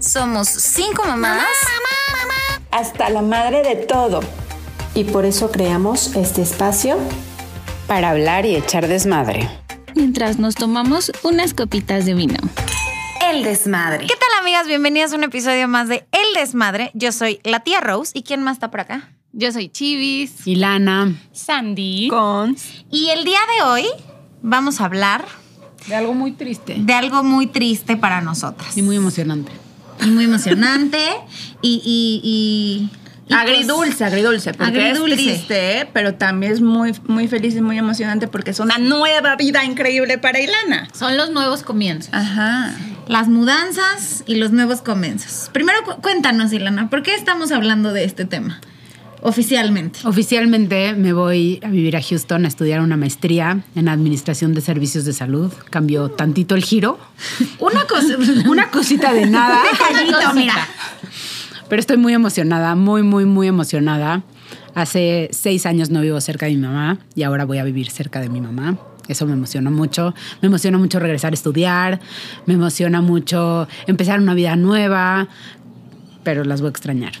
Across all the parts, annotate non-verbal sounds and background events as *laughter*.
Somos cinco mamás. hasta la madre de todo. Y por eso creamos este espacio Para hablar y echar desmadre. mientras nos tomamos unas copitas de vino. El desmadre. ¿Qué tal, amigas? Bienvenidas a un episodio más de El Desmadre. Yo soy la tía Rose. ¿Y quién más está por acá? Yo soy Chivis. Ilana. Sandy. con Y el día de hoy vamos a hablar De algo muy triste. de algo muy triste para nosotras. Y muy emocionante. Y muy emocionante. y, y, y- y, pues, agridulce, agridulce, porque Agridulce. es triste, pero también es muy, muy feliz y muy emocionante porque es una nueva vida increíble para Ilana. Son los nuevos comienzos. *laughs* Ajá. las mudanzas y los nuevos comienzos. Primero, cu- cuéntanos, Ilana, ¿por qué estamos hablando de este tema? Oficialmente. Oficialmente me voy a vivir a Houston a estudiar una maestría en administración de servicios de salud. Cambió tantito el giro. Una, cos- una cosita de *laughs* nada. Cosita. Pero estoy muy emocionada, muy, muy, muy emocionada. Hace seis años no vivo cerca de mi mamá y ahora voy a vivir cerca de mi mamá. Eso me emociona mucho. Me emociona mucho regresar a estudiar. Me emociona mucho empezar una vida nueva. Pero las voy a extrañar.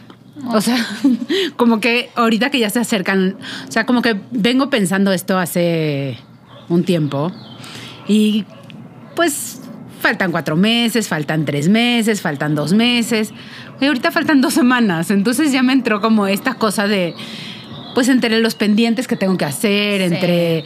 O sea, *laughs* como que ahorita que ya se acercan, o sea, como que vengo pensando esto hace un tiempo y pues faltan cuatro meses, faltan tres meses, faltan dos meses. Y ahorita faltan dos semanas. Entonces ya me entró como esta cosa de, pues entre los pendientes que tengo que hacer, Sí. entre...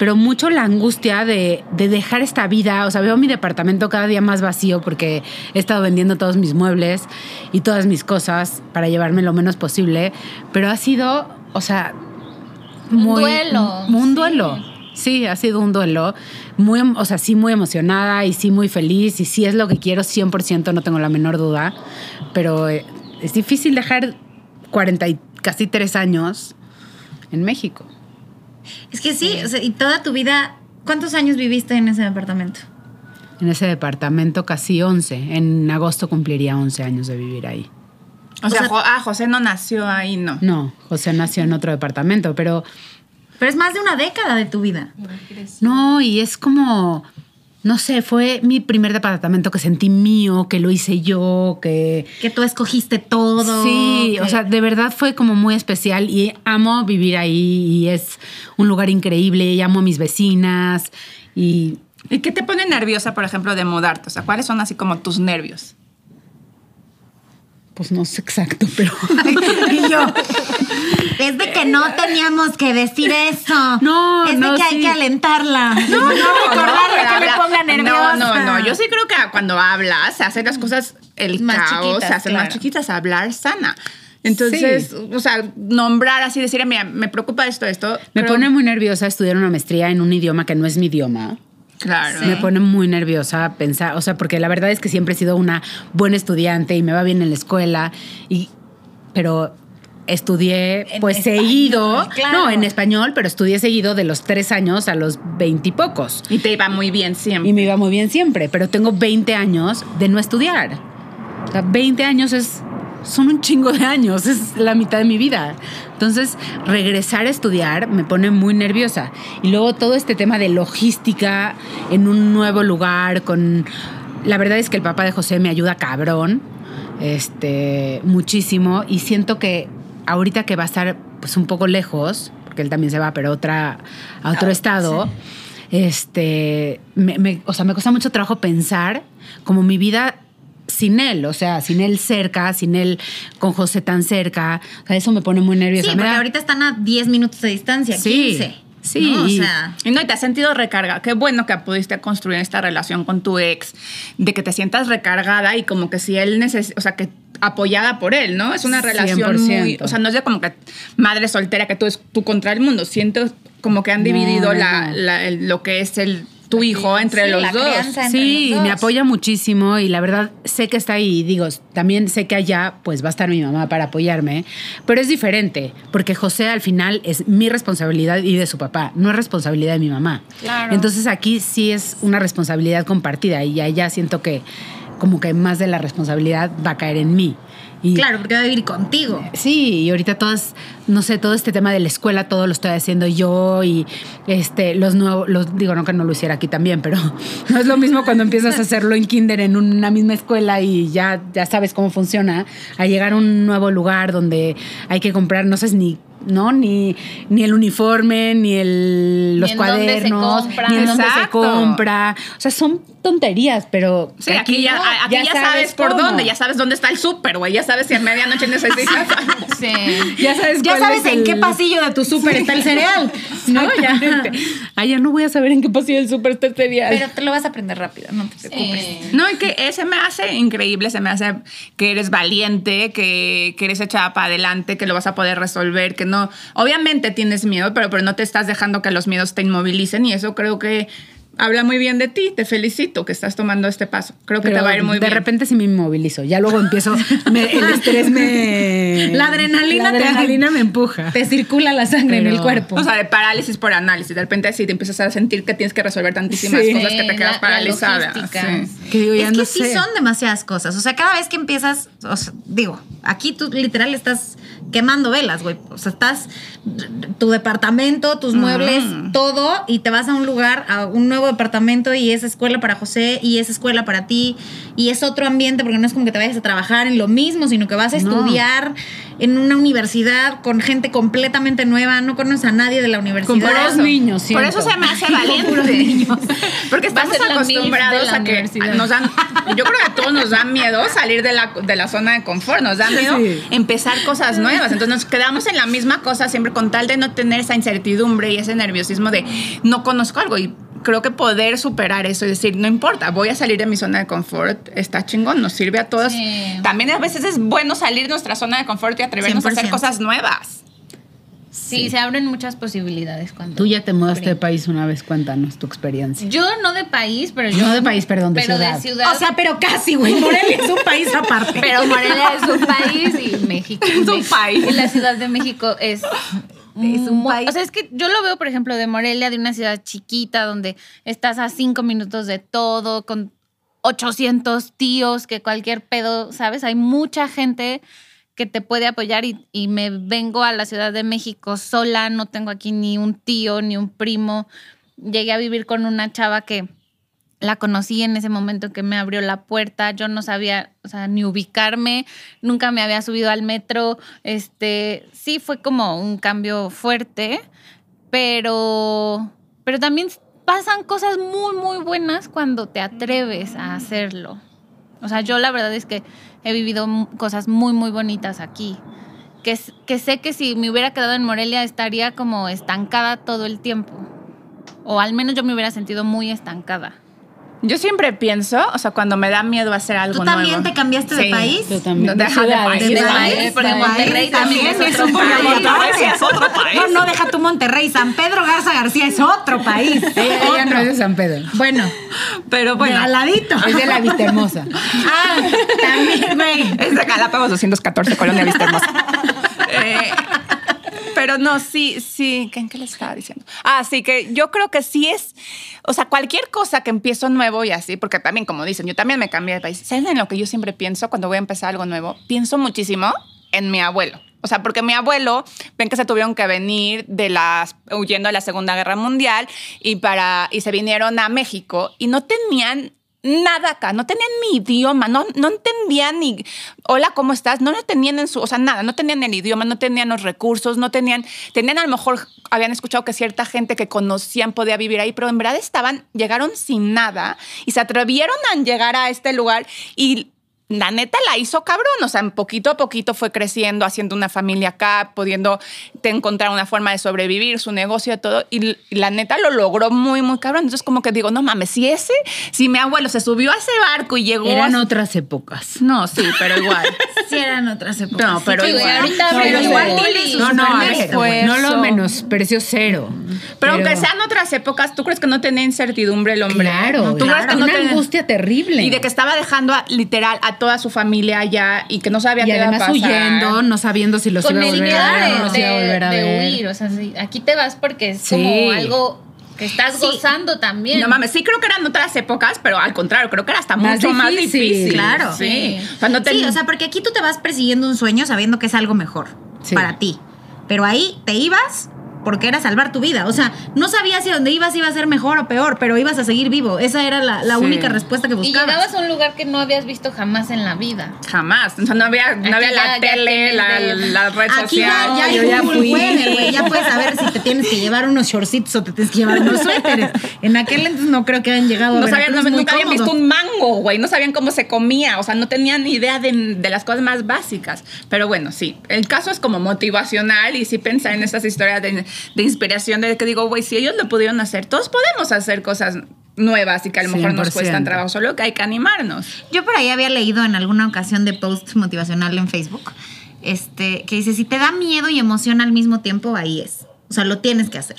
Pero mucho la angustia de, de dejar esta vida. O sea, veo mi departamento cada día más vacío porque he estado vendiendo todos mis muebles y todas mis cosas para llevarme lo menos posible. Pero ha sido, o sea, Un duelo, un sí. duelo. Sí, ha sido un duelo. Muy, em- o sea, sí muy emocionada y sí muy feliz y sí es lo que quiero 100%, no tengo la menor duda. Pero eh, es difícil dejar 40 y casi tres años en México. Es que sí, o sea, y toda tu vida, ¿cuántos años viviste en ese departamento? En ese departamento casi 11. En agosto cumpliría 11 años de vivir ahí. O, sea, Jo- ah, José no nació ahí, no. No, José nació en otro departamento, pero Pero es más de una década de tu vida. No, y es como, no sé, fue mi primer departamento que sentí mío, que lo hice yo, que... Que tú escogiste todo. Sí, que- o sea, *laughs* de verdad fue como muy especial y amo vivir ahí y es un lugar increíble y amo a mis vecinas y ¿Y qué te pone nerviosa, por ejemplo, de mudarte? O sea, ¿cuáles son así como tus nervios? pues no sé exacto, *laughs* pero... Y yo. Es de que no teníamos que decir eso. No, Es de no, que hay sí. que alentarla. No, *laughs* pero que me habla- ponga nerviosa. No, no, no. Yo sí creo que cuando hablas, se hacen las cosas el Más caos, chiquitas, se hacen claro. más chiquitas, hablar sana. Entonces, Sí. o sea, nombrar así, decir, mira, me preocupa esto, esto. Me creo- pone muy nerviosa estudiar una maestría en un idioma que no es mi idioma. Claro. Me pone muy nerviosa pensar, o sea, porque la verdad es que siempre he sido una buena estudiante y me va bien en la escuela, y, pero estudié En pues español, seguido, claro. no en español, pero estudié seguido de los tres años a los veintipocos. Y te iba muy bien siempre. Y me iba muy bien siempre, pero tengo 20 años de no estudiar. O sea, 20 años es, son un chingo de años, es la mitad de mi vida. Entonces, regresar a estudiar me pone muy nerviosa. Y luego todo este tema de logística en un nuevo lugar, con... La verdad es que el papá de José me ayuda cabrón, este, muchísimo, y siento que ahorita que va a estar pues un poco lejos, porque él también se va, pero otra, a otro estado, este, me, me- o sea, me cuesta mucho trabajo pensar como mi vida sin él, o sea, sin él cerca, sin él con José tan cerca, o sea, eso me pone muy Sí, nerviosa. Me porque da- ahorita están a 10 minutos de distancia, Sí, 15. sí. ¿no? O sea, Y no, y te has sentido recargada. Qué bueno que pudiste construir esta relación con tu ex, de que te sientas recargada y como que si él necesita, o sea, que apoyada por él, ¿no? Es una relación muy, 100%. o sea, no es de como que madre soltera que tú es tú contra el mundo. Siento como que han No, dividido no, la, no. la- el- lo que es el tu hijo entre sí, los la dos. crianza entre Sí, los me dos. apoya muchísimo y la verdad sé que está ahí. Digo, también sé que allá pues va a estar mi mamá para apoyarme, pero es diferente porque José al final es mi responsabilidad y de su papá, no es responsabilidad de mi mamá. Entonces aquí sí es una responsabilidad compartida y allá siento que como que más de la responsabilidad va a caer en mí. Y Claro, porque va a vivir contigo. Sí, y ahorita todas, no sé, todo este tema de la escuela, todo lo estoy haciendo yo y este, los nuevos, los, digo, no que no lo hiciera aquí también, pero *laughs* no es lo mismo cuando empiezas a hacerlo en kinder, en una misma escuela y ya, ya sabes cómo funciona, a llegar a un nuevo lugar donde hay que comprar, no sé, ni... No, ni, ni el uniforme, ni el, los en dónde se cuadernos, compra. ni en dónde se Exacto. compra. O sea, son tonterías, pero. Sí, aquí, ya, no, a- aquí ya, sabes, por cómo. dónde, ya sabes dónde está el súper, güey, ya sabes si a medianoche necesitas. Sí. Ya sabes, Ya cuál sabes es en el- qué pasillo de tu súper está el cereal. *laughs* No, ya. Ay, ya no voy a saber en qué pasillo del súper está este día. Pero te lo vas a aprender rápido, no te preocupes. No, y que eh, se me hace increíble, se me hace que eres valiente, que, que eres echada para adelante, que lo vas a poder resolver, que no. Obviamente tienes miedo, pero, pero no te estás dejando que los miedos te inmovilicen y eso creo que habla muy bien de ti. Te felicito que estás tomando este paso. Creo que Pero te va a ir muy de bien. repente sí me inmovilizo. Ya luego empiezo. me- *laughs* el estrés me. La adrenalina La te- adrenalina me empuja. Te circula la sangre en Pero- el cuerpo. O sea, de parálisis por análisis. De repente sí te empiezas a sentir que tienes que resolver tantísimas Sí. cosas que te Sí, quedas la- la paralizada. logística. Sí. Que digo, ya es no que sí sé. son demasiadas cosas. O sea, cada vez que empiezas, o sea, digo, aquí tú literal estás quemando velas, güey. O sea, estás tu departamento, tus muebles, todo, y te vas a un lugar, a un nuevo departamento, y es escuela para José, y es escuela para ti, y es otro ambiente, porque no es como que te vayas a trabajar en lo mismo, sino que vas a estudiar en una universidad con gente completamente nueva, no conoces a nadie de la Con universidad. puros niños, Por eso se *laughs* me hace valiente. Porque Va a estamos ser la MILF de acostumbrados la a que universidad. nos dan, yo creo que a todos nos da miedo salir de la, de la zona de confort, nos da miedo Sí. empezar cosas nuevas. Entonces nos quedamos en la misma cosa siempre con tal de no tener esa incertidumbre y ese nerviosismo de no conozco algo y creo que poder superar eso y decir, no importa, voy a salir de mi zona de confort, está chingón, nos sirve a todos. Sí. También a veces es bueno salir de nuestra zona de confort y atrevernos a hacer 100%. cosas nuevas. Sí, se abren muchas posibilidades cuando. Tú ya te mudaste de país. país una vez, cuéntanos tu experiencia. Yo no de país, pero yo. No de país, perdón, de pero ciudad. de ciudad. O sea, pero casi, güey. Morelia es un *laughs* país aparte. pero Morelia es un país y México. *laughs* Es un Me- país. Y la Ciudad de México es. un mu- país. O sea, es que yo lo veo, por ejemplo, de Morelia, de una ciudad chiquita donde estás a cinco minutos de todo, con 800 tíos, que cualquier pedo, ¿sabes? Hay mucha gente que te puede apoyar y, y me vengo a la Ciudad de México sola, no tengo aquí ni un tío, ni un primo. Llegué a vivir con una chava que la conocí en ese momento que me abrió la puerta, yo no sabía, o sea, ni ubicarme, nunca me había subido al metro, este, sí fue como un cambio fuerte, pero pero también pasan cosas muy muy buenas cuando te atreves a hacerlo. O sea, yo la verdad es que he vivido mu- cosas muy muy bonitas aquí. Que, s- que sé que si me hubiera quedado en Morelia estaría como estancada todo el tiempo. O al menos yo me hubiera sentido muy estancada. Yo siempre pienso, o sea, cuando me da miedo hacer algo ¿Tú también nuevo. te cambiaste de país? Yo también. No, De deja de ciudad, país. de De país, país, porque de Monterrey país también es otro país. Monterrey es otro país. No, no, deja tu Monterrey. San Pedro Garza García es otro país. Ella, ella no es de San Pedro. Bueno, Pero bueno. bueno, al ladito. Es de la Vista Hermosa. *laughs* Ah, también, güey. es de Galápagos 214, Colonia Vista Hermosa. Eh, pero no, sí, sí, ¿qué, ¿qué les estaba diciendo? Ah, sí, que yo creo que sí es, o sea, cualquier cosa que empiezo nuevo y así, porque también, como dicen, yo también me cambié de país. ¿Saben en lo que yo siempre pienso cuando voy a empezar algo nuevo? Pienso muchísimo en mi abuelo. O sea, porque mi abuelo, ven que se tuvieron que venir de las, huyendo de la Segunda Guerra Mundial y, para, y se vinieron a México y no tenían nada acá, no tenían ni idioma, no, no entendían ni hola, ¿cómo estás? No lo tenían en su, o sea, nada, no tenían el idioma, no tenían los recursos, no tenían, tenían a lo mejor, habían escuchado que cierta gente que conocían podía vivir ahí, pero en verdad estaban, llegaron sin nada y se atrevieron a llegar a este lugar y la neta la hizo cabrón, o sea, en poquito a poquito fue creciendo, haciendo una familia acá, pudiendo te encontrar una forma de sobrevivir, su negocio, todo, y l- y la neta lo logró muy, muy cabrón. Entonces como que digo, no mames, si ese, si mi abuelo se subió a ese barco y llegó... Eran a- otras épocas. no, sí, pero igual. *laughs* Sí eran otras épocas. No, pero Sí, igual. güey, ahorita No, pero yo igual sé. tiene sus No, no, a ver, méritos, güey. no lo menosprecio cero. Pero, aunque sean otras épocas, ¿tú crees que no tenía incertidumbre el hombre? Claro, ¿Tú crees claro, que no una tenía- angustia terrible. Y de que estaba dejando a- literal a toda su familia allá y que no sabía Y qué iba a además pasar. huyendo, no sabiendo si los con iba a el volver miedo a ver, de, no los iba a de- volver a de ver. huir. O sea, sí, aquí te vas porque es Sí. como algo Que estás Sí. gozando también. No mames, sí creo que eran otras épocas, pero al contrario, creo que era hasta Más mucho más difícil, difícil. claro. Sí. O sea, no te- Sí, o sea, porque aquí tú te vas persiguiendo un sueño sabiendo que es algo mejor Sí. para ti. Pero ahí te ibas porque era salvar tu vida. O sea, no sabías si a donde ibas iba a ser mejor o peor, pero ibas a seguir vivo. Esa era la, la Sí. única respuesta que y buscabas. llegabas a un lugar que no habías visto jamás en la vida. Jamás. O sea, no había, Aquí no había ya- la ya tele, tienes la, de- la red Aquí ya, social. ya hay yo ya Google fui. Weather, güey. Ya puedes saber si te tienes que llevar unos shortcitos o te tienes que llevar unos suéteres. En aquel entonces no creo que hayan llegado a No sabían, no- Veracruz muy nunca habían cómodo. visto un mango, güey. No sabían cómo se comía. O sea, no tenían ni idea de, de las cosas más básicas. Pero bueno, sí. El caso es como motivacional y sí pensar en estas historias de, de inspiración de que digo, güey, si ellos lo pudieron hacer, todos podemos hacer cosas nuevas y que a lo mejor nos 100%. cuestan trabajo, solo que hay que animarnos. Yo por ahí había leído en alguna ocasión de post motivacional en Facebook, este, que dice, si te da miedo y emoción al mismo tiempo, ahí es. O sea, lo tienes que hacer.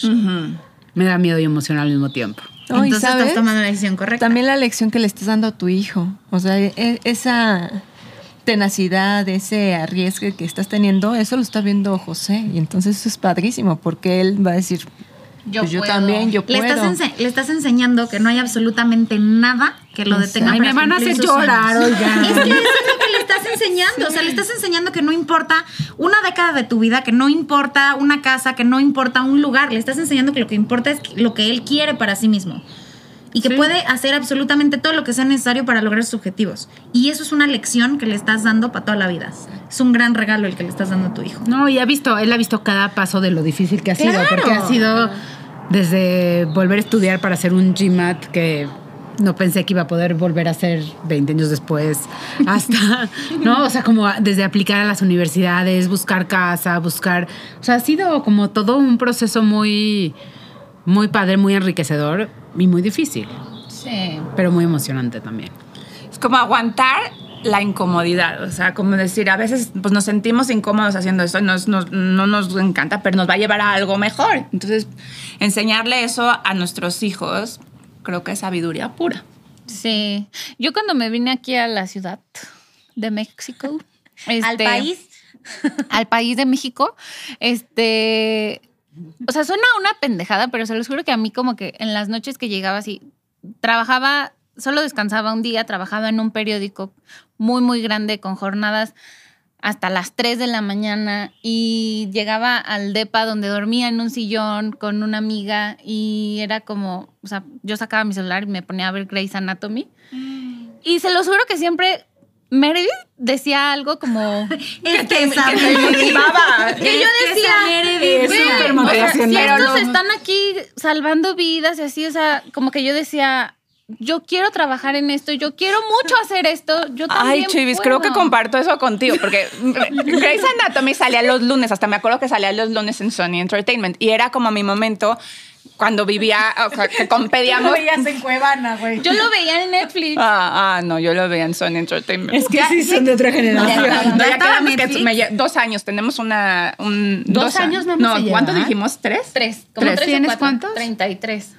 Me da miedo y emoción al mismo tiempo. No, y Entonces estás ¿sabes? tomando la decisión correcta. También la lección que le estás dando a tu hijo. O sea, e- esa tenacidad, ese arriesgue que estás teniendo, eso lo está viendo José. Y entonces eso es padrísimo, porque él va a decir, Yo "Pues yo puedo". también, yo le puedo. estás, ense- le estás enseñando que no hay absolutamente nada que lo detenga. Ay, para me van a cumplir hacer sus llorar, sueños. oigan. Es que eso es lo que le estás enseñando. O sea, le estás enseñando que no importa una década de tu vida, que no importa una casa, que no importa un lugar. Le estás enseñando que lo que importa es lo que él quiere para sí mismo. Y que puede hacer absolutamente todo lo que sea necesario para lograr sus objetivos. Y eso es una lección que le estás dando para toda la vida. Es un gran regalo el que le estás dando a tu hijo. No, y ha visto, él ha visto cada paso de lo difícil que ha sido, Claro. porque ha sido desde volver a estudiar para hacer un GMAT que no pensé que iba a poder volver a hacer 20 años después, hasta, *laughs* ¿no? O sea, como a- desde aplicar a las universidades, buscar casa, buscar, o sea, ha sido como todo un proceso muy, muy padre, muy enriquecedor y muy difícil, Sí. pero muy emocionante también. Es como aguantar la incomodidad, o sea, como decir, a veces pues nos sentimos incómodos haciendo esto, nos- nos- no nos encanta, pero nos va a llevar a algo mejor. Entonces, enseñarle eso a nuestros hijos, creo que es sabiduría pura. Sí. Yo cuando me vine aquí a la ciudad de México. *laughs* Al este, país *laughs* al país de México. Este. O sea, suena una pendejada, pero se los juro que a mí, como que en las noches que llegaba así, trabajaba, solo descansaba un día, trabajaba en un periódico muy, muy grande con jornadas hasta las 3 de la mañana y llegaba al DEPA donde dormía en un sillón con una amiga y era como, o sea, yo sacaba mi celular y me ponía a ver Grey's Anatomy. Y se los juro que siempre Meredith decía algo como... es que esa que te Meredith- motivaba. es que yo esa decía, Meredith, es güey, súper Güey, o sea, si motivacional. estos están aquí salvando vidas y así, o sea, como que yo decía, yo quiero trabajar en esto, yo quiero mucho hacer esto, yo también Ay, Chivis, puedo. creo que comparto eso contigo, porque Grey's Anatomy salía los lunes, hasta me acuerdo que salía los lunes en Sony Entertainment, y era como mi momento cuando vivía, o sea, que compedíamos... en Cuevana, güey. Yo lo veía en Netflix. Ah, ah, no, yo lo veía en Sony Entertainment. Es que sí, son de otra generación. No, ¿Ya ya estaba quedamos que Netflix? me lle- dos años, tenemos una... un- ¿Dos años no me No, se ¿cuánto llevan? dijimos? ¿Tres? Tres, como tres, ¿Tienes o cuatro. cuántos? 33.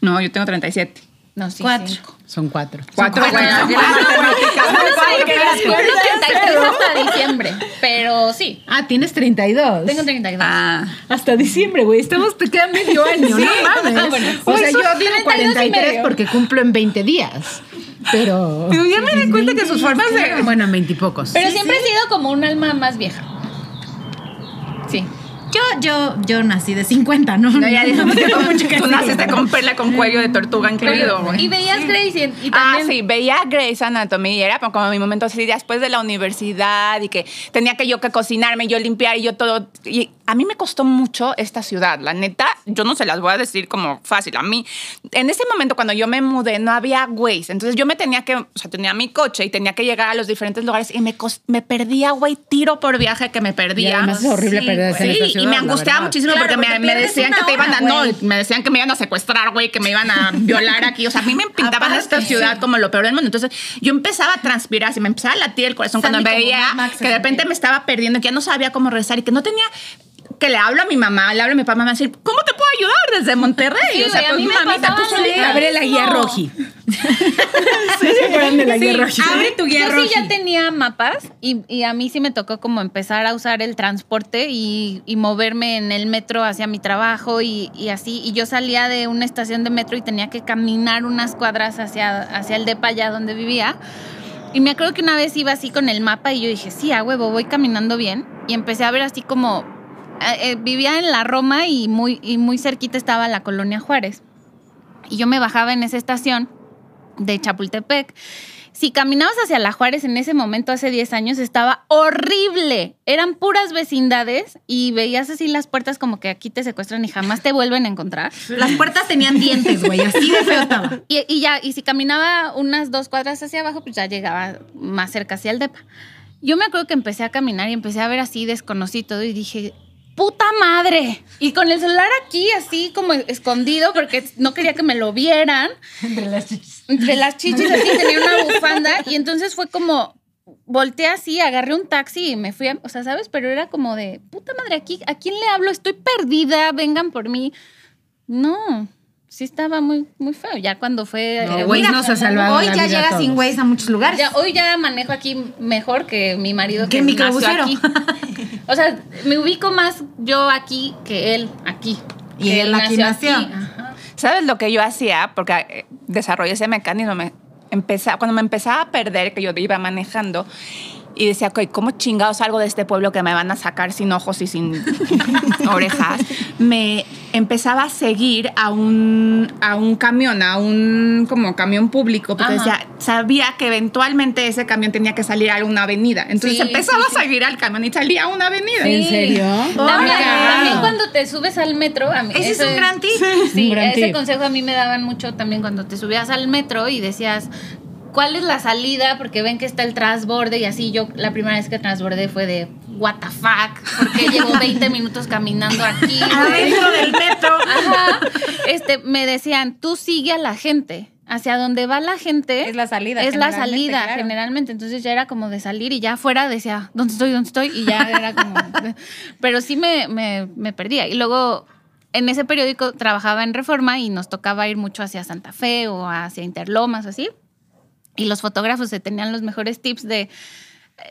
No, yo tengo 37. No, sí, cinco. Son cuatro. Cuatro, güey. así era matemática. No, no sé, yo cumplo 33 hasta diciembre, pero sí, Ah, tienes 32. tengo 32. Ah, *laughs* Hasta diciembre, güey. Estamos, te queda *laughs* medio año, no mames. o sea, yo digo 32 y 43 medio. porque cumplo en 20 días. Pero. Pero ya me di cuenta que sus formas de- Bueno, en 20 y pocos. pero siempre he sido como un alma más vieja. Sí. Yo, yo, yo nací de 50, ¿no? no, *laughs* ya dijimos que Tengo mucho que tú decir. naciste con perla con cuello de tortuga incluido, güey. Y veías Grace y, y también Ah, sí, veía Grey's Anatomy y era como mi momento así después de la universidad y que tenía que yo que cocinarme, yo limpiar y yo todo. Y a mí me costó mucho esta ciudad, la neta, yo no se las voy a decir como fácil. A mí, en ese momento cuando yo me mudé no había Waze, entonces yo me tenía que, o sea, tenía mi coche y tenía que llegar a los diferentes lugares y me, cos- me perdía, güey, tiro por viaje que me Y perdía. además es horrible Sí, perderse en esta Pues Sí, y ciudad, me la angustiaba verdad. muchísimo Claro, porque, porque me, me pierdes decían una que te iban a, hora, no, güey. me decían que me iban a secuestrar, güey, que me *laughs* iban a violar aquí, o sea, a mí me pintaban Aparte, esta ciudad como lo peor del mundo. Entonces, yo empezaba a transpirar, se me empezaba a latir el corazón Sandy cuando como veía Mad Max que de se repente me estaba perdiendo, que ya no sabía cómo regresar y que no tenía que le hablo a mi mamá, le hablo a mi papá, mamá, decir, ¿cómo te puedo ayudar desde Monterrey? Sí, o sea, pues, güey, a mí me mamita, pasaba tú solita. lo A ver, la guía No. roji. ¿Sí se acuerdan de la guía roji? Abre tu guía Yo roji. sí ya tenía mapas y, y a mí sí me tocó como empezar a usar el transporte y, y moverme en el metro hacia mi trabajo y, y así. Y yo salía de una estación de metro y tenía que caminar unas cuadras hacia, hacia el depa allá donde vivía. Y me acuerdo que una vez iba así con el mapa y yo dije, sí, a huevo, voy caminando bien. Y empecé a ver así como... eh, eh, vivía en la Roma y muy, y muy cerquita estaba la colonia Juárez. Y yo me bajaba en esa estación de Chapultepec. Si caminabas hacia la Juárez en ese momento, hace 10 años, estaba horrible. Eran puras vecindades y veías así las puertas como que aquí te secuestran y jamás te vuelven a encontrar. Las puertas tenían dientes, güey. Así de feo estaba. Y, y ya, y si caminaba unas dos cuadras hacia abajo, pues ya llegaba más cerca hacia el DEPA. Yo me acuerdo que empecé a caminar y empecé a ver así desconocí todo y dije, puta madre. Y con el celular aquí, así como escondido, porque no quería que me lo vieran. *laughs* Entre las chichis. Entre las chichis, así tenía *laughs* una bufanda. Y entonces fue como, volteé así, agarré un taxi y me fui, a- o sea, ¿sabes? Pero era como de, puta madre, aquí, ¿a quién le hablo? Estoy perdida, vengan por mí. No, sí estaba muy, muy feo. Ya cuando fue... No, eh, güey, mira, no se ha salvado Hoy la ya vida a llega sin todos. güeyes a muchos lugares. ya- hoy ya manejo aquí mejor que mi marido Que que, nació microbusero. aquí. O sea, me ubico más yo aquí que él aquí. Y Que él aquí nació. Ajá. ¿Sabes lo que yo hacía? Porque eh, desarrollé ese mecanismo. Me empeza- cuando me empezaba a perder, que yo iba manejando, y decía, "Ok, ¿cómo chingados algo de este pueblo que me van a sacar sin ojos y sin *laughs* orejas? Me empezaba a seguir a un, a un camión, a un como camión público, porque Ajá. decía, sabía que eventualmente ese camión tenía que salir a una avenida. Entonces Sí, empezaba a seguir al camión y salía a una avenida. ¿En Sí. serio? También, Órale. también cuando te subes al metro, a mí, Ese es eso- un gran tip. Sí, Un gran ese tip. consejo a mí me daban mucho también cuando te subías al metro y decías, ¿cuál es la salida? Porque ven que está el transborde y así. Yo la primera vez que transbordé fue de, ¿what the fuck? Porque llevo 20 minutos *laughs* caminando aquí. güey?" Adentro del teto. Ajá. Este, me decían, tú sigue a la gente. Hacia donde va la gente. Es la salida, Es la generalmente, salida, claro. generalmente. Entonces ya era como de salir y ya afuera decía, ¿dónde estoy? ¿Dónde estoy? Y ya era como. *laughs* Pero sí me, me, me perdía. Y luego. En ese periódico trabajaba en Reforma y nos tocaba ir mucho hacia Santa Fe o hacia Interlomas o así. Y los fotógrafos se tenían los mejores tips de eh,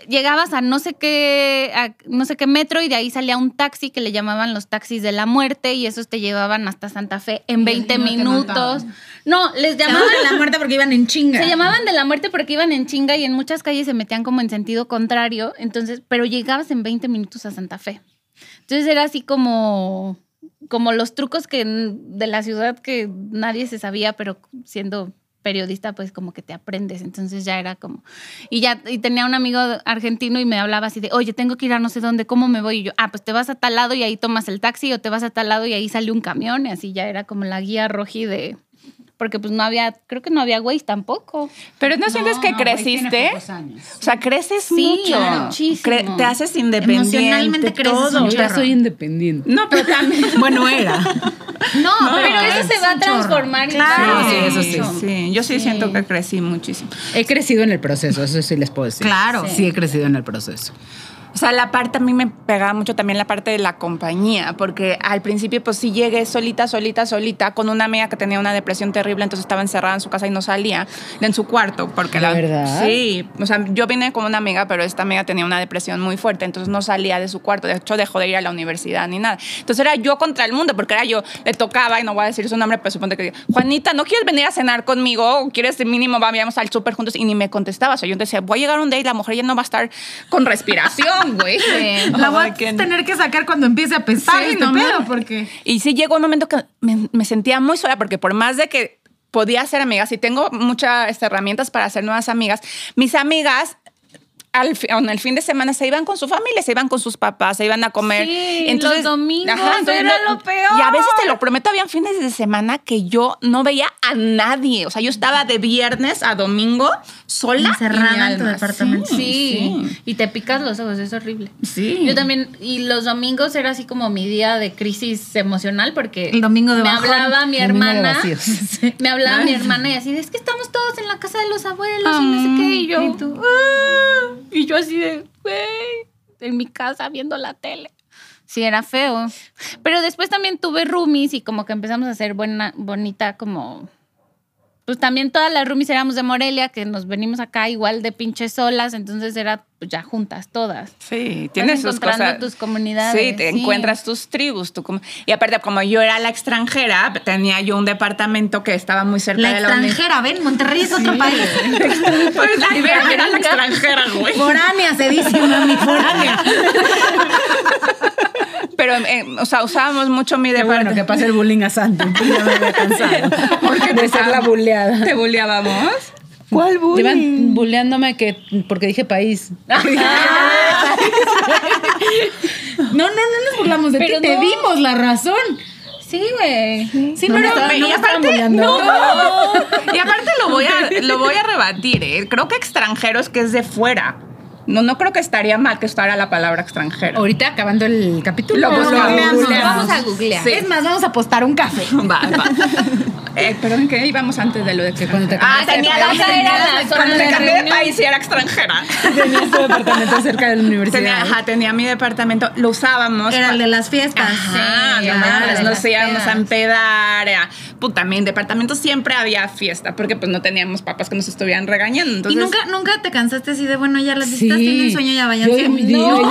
llegabas a no sé qué a no sé qué metro y de ahí salía un taxi que le llamaban los taxis de la muerte y esos te llevaban hasta Santa Fe en 20 minutos. No, les Llamaban llamaban a la muerte porque iban en chinga. se llamaban de la muerte porque iban en chinga y en muchas calles se metían como en sentido contrario, entonces, pero llegabas en 20 minutos a Santa Fe. Entonces era así como como los trucos que n- de la ciudad que nadie se sabía, pero siendo periodista pues como que te aprendes, entonces ya era como y ya y tenía un amigo argentino y me hablaba así de, "Oye, tengo que ir a no sé dónde, ¿cómo me voy?" Y yo, "Ah, pues te vas a tal lado y ahí tomas el taxi o te vas a tal lado y ahí sale un camión." Y así ya era como la guía roji de porque pues no había, creo que no había Waze tampoco. Pero no, sientes que ¿eh? creciste. O sea, creces Sí, mucho. muchísimo. Cre- te haces independiente. Emocionalmente creces todo. un Yo ya chorro. soy independiente. No, pero también. *laughs* Bueno, era. No, pero es eso se va a un chorro. transformar. y Claro. todo. Sí, eso sí. sí. Yo sí, siento que crecí muchísimo. He crecido en el proceso, eso sí les puedo decir. Claro. Sí, he crecido en el proceso. O sea, la parte a mí me pegaba mucho también la parte de la compañía, porque al principio pues sí llegué solita, solita, solita, con una amiga que tenía una depresión terrible, entonces estaba encerrada en su casa y no salía en su cuarto, porque ¿De verdad? Sí, o sea, yo vine con una amiga, pero esta amiga tenía una depresión muy fuerte, entonces no salía de su cuarto, de hecho dejó de ir a la universidad ni nada. Entonces era yo contra el mundo, porque era yo, le tocaba, y no voy a decir su nombre, pero supongo que diga, Juanita, ¿no quieres venir a cenar conmigo? ¿O quieres mínimo vayamos al súper juntos? Y ni me contestaba, o sea, yo decía, voy a llegar un día y la mujer ya no va a estar con respiración, güey. Sí. *laughs* La voy Ay, a que- tener que sacar cuando empiece a pensar Sí, este no *laughs* pedo, mames. porque. Y sí llegó un momento que me, me sentía muy sola, porque por más de que podía ser amigas, y tengo muchas este, herramientas para hacer nuevas amigas, mis amigas... Al fi- en el fin de semana se iban con su familia, se iban con sus papás, se iban a comer. Sí, los domingos era lo peor. Y a veces te lo prometo, habían fines de semana que yo no veía a nadie. O sea, yo estaba de viernes a domingo sola. y mi Encerrada en tu alma. departamento. Sí, Sí, y te picas los ojos, es horrible. sí. Yo también, y los domingos era así como mi día de crisis emocional porque El domingo de me bajón. hablaba Domingo mi de hermana, vacíos. *laughs* me hablaba mi hermana y así, de, es que estamos todos en la casa de los abuelos y no sé qué, y "Ah". yo, "Ah", y yo así de, güey, en mi casa viendo la tele. Sí, era feo. Pero después también tuve roomies y como que empezamos a ser buena, bonita, como. Pues también todas las roomies éramos de Morelia, que nos venimos acá igual de pinches solas, entonces era pues, ya juntas todas. Sí, tienes sus encontrando cosas. tus comunidades, Sí, te sí. encuentras tus tribus. Tu com- y aparte, como yo era la extranjera, tenía yo un departamento que estaba muy cerca La de la uni- *laughs* extranjera, ven, Monterrey es otro país. Pues la idea era la extranjera, güey. Foránea se dice, mami, foránea. Pero, eh, o sea, usábamos mucho mi Qué bueno que departamento. pase el bullying a Santi. *laughs* Ya me había cansado de ser la buleada. ¿Te buleábamos? ¿Cuál bullying? Llevan buleándome que porque *laughs* dije país. no, no, no nos burlamos de ti, Pero te no. dimos la razón. Sí, güey. Sí, pero me- no y me estaban aparte, buleando. no. Y aparte lo voy a, lo voy a rebatir, ¿eh? Creo que extranjero es que es de fuera. No, no creo que estaría mal que usara la palabra extranjero. Ahorita acabando el capítulo. Lo pues, buscamos. Vamos a googlear. Sí. Es más, vamos a apostar un café. *laughs* Va, va. Eh, perdón, que íbamos antes de lo de que Cuando te Ah, tenía la esa era la Cuando zona me de cambié de reunión. país y era extranjera. tenías tu departamento cerca de la universidad. Tenía, ajá, tenía mi departamento, lo usábamos. Era el de las fiestas. Ajá, Sí, no ajá, mames, de nos las íbamos a pedas. empedar. era- Puta, mi departamento siempre había fiesta, porque pues no teníamos papás que nos estuvieran regañando. ¿Y Entonces, nunca, nunca te cansaste así de, bueno, ya las visitas tienen sueño, ya vayan. Yo- yo- yo-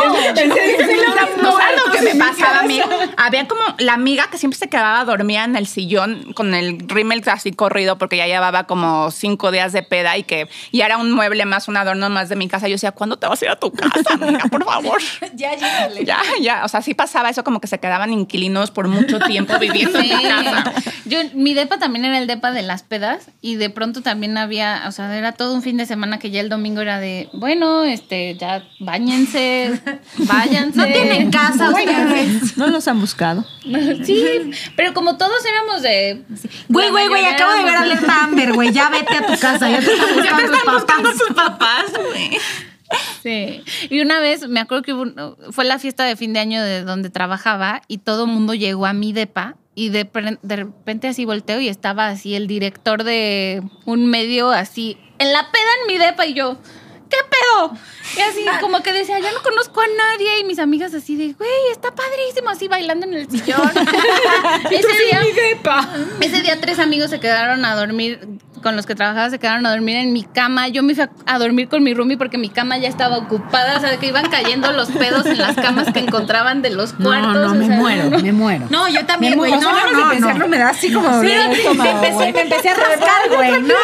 No, ¿sabes lo que me pasaba a mí? Había como la amiga que siempre se quedaba dormida en el sillón con el rímel así corrido porque ya llevaba como cinco días de peda y que ya era un mueble más, un adorno más de mi casa. Yo decía, ¿cuándo te vas a ir a tu *laughs* casa, amiga? Por favor. Ya, llegale. Ya, ya. O sea, sí pasaba eso como que se quedaban inquilinos por mucho tiempo viviendo en mi casa. Yo, mi depa también era el depa de las pedas y de pronto también había, o sea, era todo un fin de semana que ya el domingo era de, bueno, este, ya *laughs* bañense, váyanse. No *laughs* tienen casa ustedes. pues. No los han buscado. *laughs* Sí, pero como todos éramos de... Güey, la güey, güey, mayoría acabo de ver éramos de- alerta Amber, güey. Ya vete a tu casa, *laughs* ya te están Ya te buscando tus están buscando papás. sus papás, güey. Sí. Y una vez me acuerdo que hubo un- fue la fiesta de fin de año de donde trabajaba y todo el mundo llegó a mi depa y de, pre- de repente así volteo y estaba así el director de un medio así en la peda en mi depa y yo, ¿qué pedo? Y así como que decía, ya no conozco a nadie y mis amigas así de, güey, está padrísimo, así bailando en el sillón. Ese día- ese día tres amigos se quedaron a dormir, con los que trabajaba se quedaron a dormir en mi cama. Yo me fui a, a dormir con mi roomie porque mi cama ya estaba ocupada, o sea, que iban cayendo los pedos en las camas que encontraban de los No, cuartos. no, o me sea, muero, me muero. No, yo también, Me güey. muero. O sea, No, nada más de no, no. pensarlo me da así como Sí, dolor de *laughs* me, estómago, empecé, güey. me empecé a rascar, güey. No,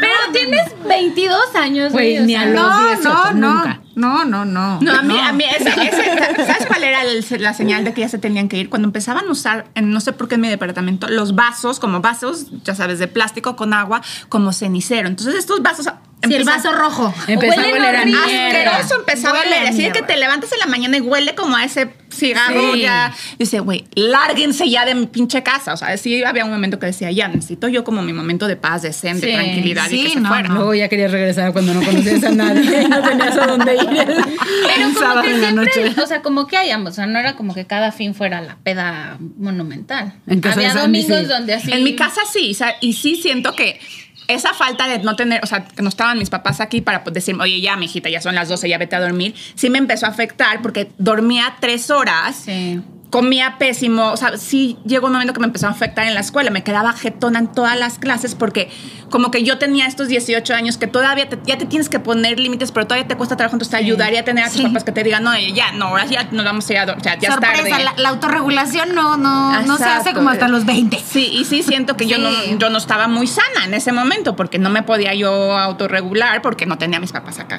Pero tienes 22 años, Güey, güey. o ni sea, a lo- no, los 18, no, no. nunca. No, no, no. No, a mí, a mí ese- ese- ¿sabes cuál era el- la señal de que ya se tenían que ir? Cuando empezaban a usar, en, no sé por qué en mi departamento, los vasos, como vasos, ya sabes, de plástico con agua, como cenicero. Entonces estos vasos... Si el empezaban- vaso rojo. Empezó a Huelen oler a horrible. mierda. Asqueroso empezaba Huele a oler, a así de que mierda. te levantas en la mañana y huele como a ese cigarro Sí. ya. Y dice, güey, lárguense ya de mi pinche casa. O sea, sí había un momento que decía, ya necesito yo como mi momento de paz, de zen, de Sí. tranquilidad y Sí, que se no, fuera. no. Luego ya querías regresar cuando no conocías a nadie y no tenías a dónde ir. Pero Un como sábado que en la siempre, noche. o sea, como que hay ambos, o sea, no era como que cada fin fuera la peda monumental. En casa Había de Sandy, domingos sí. donde así... En mi casa sí, o sea, y sí siento que esa falta de no tener, o sea, que no estaban mis papás aquí para pues, decirme, oye, ya, mijita, ya son las 12, ya vete a dormir, sí me empezó a afectar porque dormía tres horas. Sí. Comía pésimo, o sea, sí llegó un momento que me empezó a afectar en la escuela, me quedaba jetona en todas las clases porque como que yo tenía estos 18 años que todavía te- ya te tienes que poner límites, pero todavía te cuesta trabajo, entonces te ayudaría a tener a tus Sí. papás que te digan, no, ya, no, ahora ya nos vamos a ir a dormir, o sea, ya es Sorpresa, tarde. la, la autorregulación no, no, no se hace Exacto. como hasta los 20. Sí, y sí siento que yo, Sí. no, yo no estaba muy sana en ese momento porque no me podía yo autorregular porque no tenía a mis papás acá.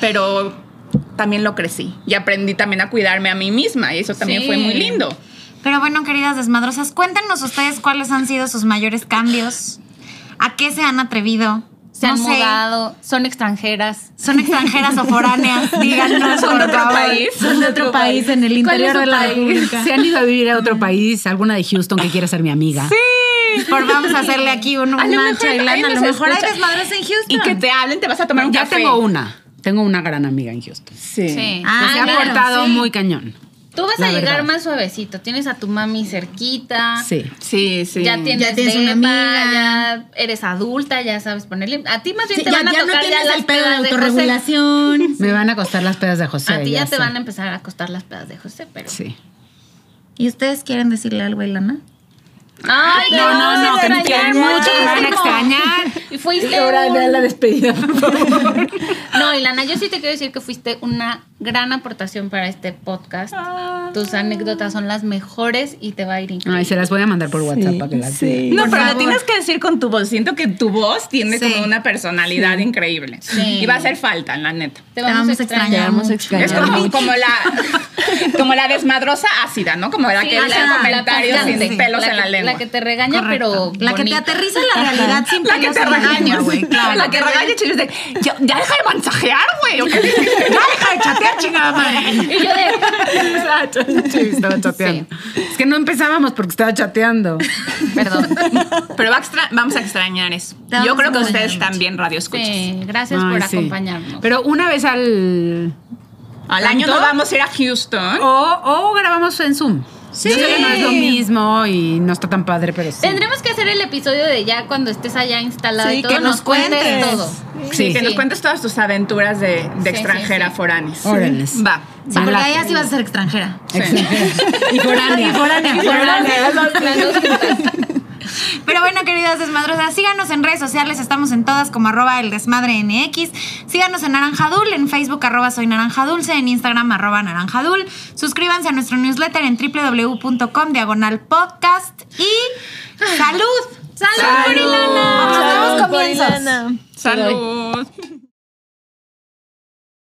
Pero también lo crecí y aprendí también a cuidarme a mí misma y eso también Sí. fue muy lindo. Pero bueno, queridas desmadrosas, cuéntenos ustedes cuáles han sido sus mayores cambios. ¿A qué se han atrevido? Se han No sé. mudado, son extranjeras. ¿Son extranjeras o foráneas? Díganos, Son de por otro favor. país. Son de otro país en el ¿Cuál interior es su de la país? República. Se han ido a vivir a otro país, alguna de Houston que quiera ser mi amiga. Por vamos a hacerle aquí un, *laughs* A un lo mancha mejor y lana. A ahí lo nos mejor hay escucha. desmadres en Houston. Y que te hablen, te vas a tomar un Ya café. tengo una. Tengo una gran amiga en Houston. Sí. Sí. Ah, que claro, se ha portado sí. muy cañón. Tú vas La a llegar verdad. más suavecito. Tienes a tu mami cerquita. Sí. Sí, sí. Ya tienes, Ya tienes depa, una amiga. ya eres adulta, ya sabes ponerle. A ti más bien Sí, te ya, van a ya no tocar ya tienes las el pedo de pedas de José. autorregulación. Me van a costar las pedas de José. A ti ya, te sé. van a empezar a costar las pedas de José, pero Sí. ¿Y ustedes quieren decirle algo a Ilana? Ay, No, no, no, que me quieren mucho, que me van a *laughs* extrañar. Y fuiste. Ahora un- vean la despedida, por favor. No, Ilana, yo sí te quiero decir que fuiste una gran aportación para este podcast. Ah. Tus anécdotas son las mejores y te va a ir increíble. Ay, se las voy a mandar por WhatsApp para que las *laughs* vean. No, Por pero lo favor. tienes que decir con tu voz. Siento que tu voz tiene Sí. como una personalidad increíble. Sí. Y va a hacer falta, la neta. Te vamos, a extrañar. vamos a mucho. extrañar. Es como, como la como la desmadrosa ácida, ¿no? Como la Sí, que la- hace la comentarios tajante, sin sí. pelos La en la que- lengua. La que te regaña, Correcto. pero. La que te bonita. aterriza en la realidad sin La que pelos te en *laughs* la regaña, lengua, güey. Claro. La que regaña chicos de, ya, ya deja de mansajear, güey. ¿o qué dices? *laughs* Ya deja de chatear, chingada madre. Y yo de. Estaba ch- sí, estaba chateando. Es que no empezábamos porque estaba chateando. Perdón. Pero va a extra- vamos a extrañar eso. Te vamos Yo creo a que extrañar ustedes mucho. también radio escuchas. Sí, este, gracias Ay, por sí. acompañarnos. Pero una vez al. Al año no vamos a ir a Houston. O, o grabamos en Zoom. Yo sé que no es lo mismo y no está tan padre, pero sí. Tendremos que hacer el episodio de ya cuando estés allá instalada Sí, y todo, que nos, nos cuentes. cuentes. todo. Sí, Sí. que nos cuentes todas tus aventuras de, de sí, extranjera sí. foránea. Órale. Va. Sí, porque ahí así vas a ser extranjera. Y foránea. Y foránea. Las dos juntas. Pero bueno, queridas desmadrosas, síganos en redes sociales, estamos en todas como arroba el desmadre NX. Síganos en Naranjadul, en Facebook arroba soy naranjadulce, en Instagram arroba naranjadul. Suscríbanse a nuestro newsletter en www.com diagonal podcast y salud. Salud, por Ilana. Nos vemos Salud por comienzos. Ilana. Salud.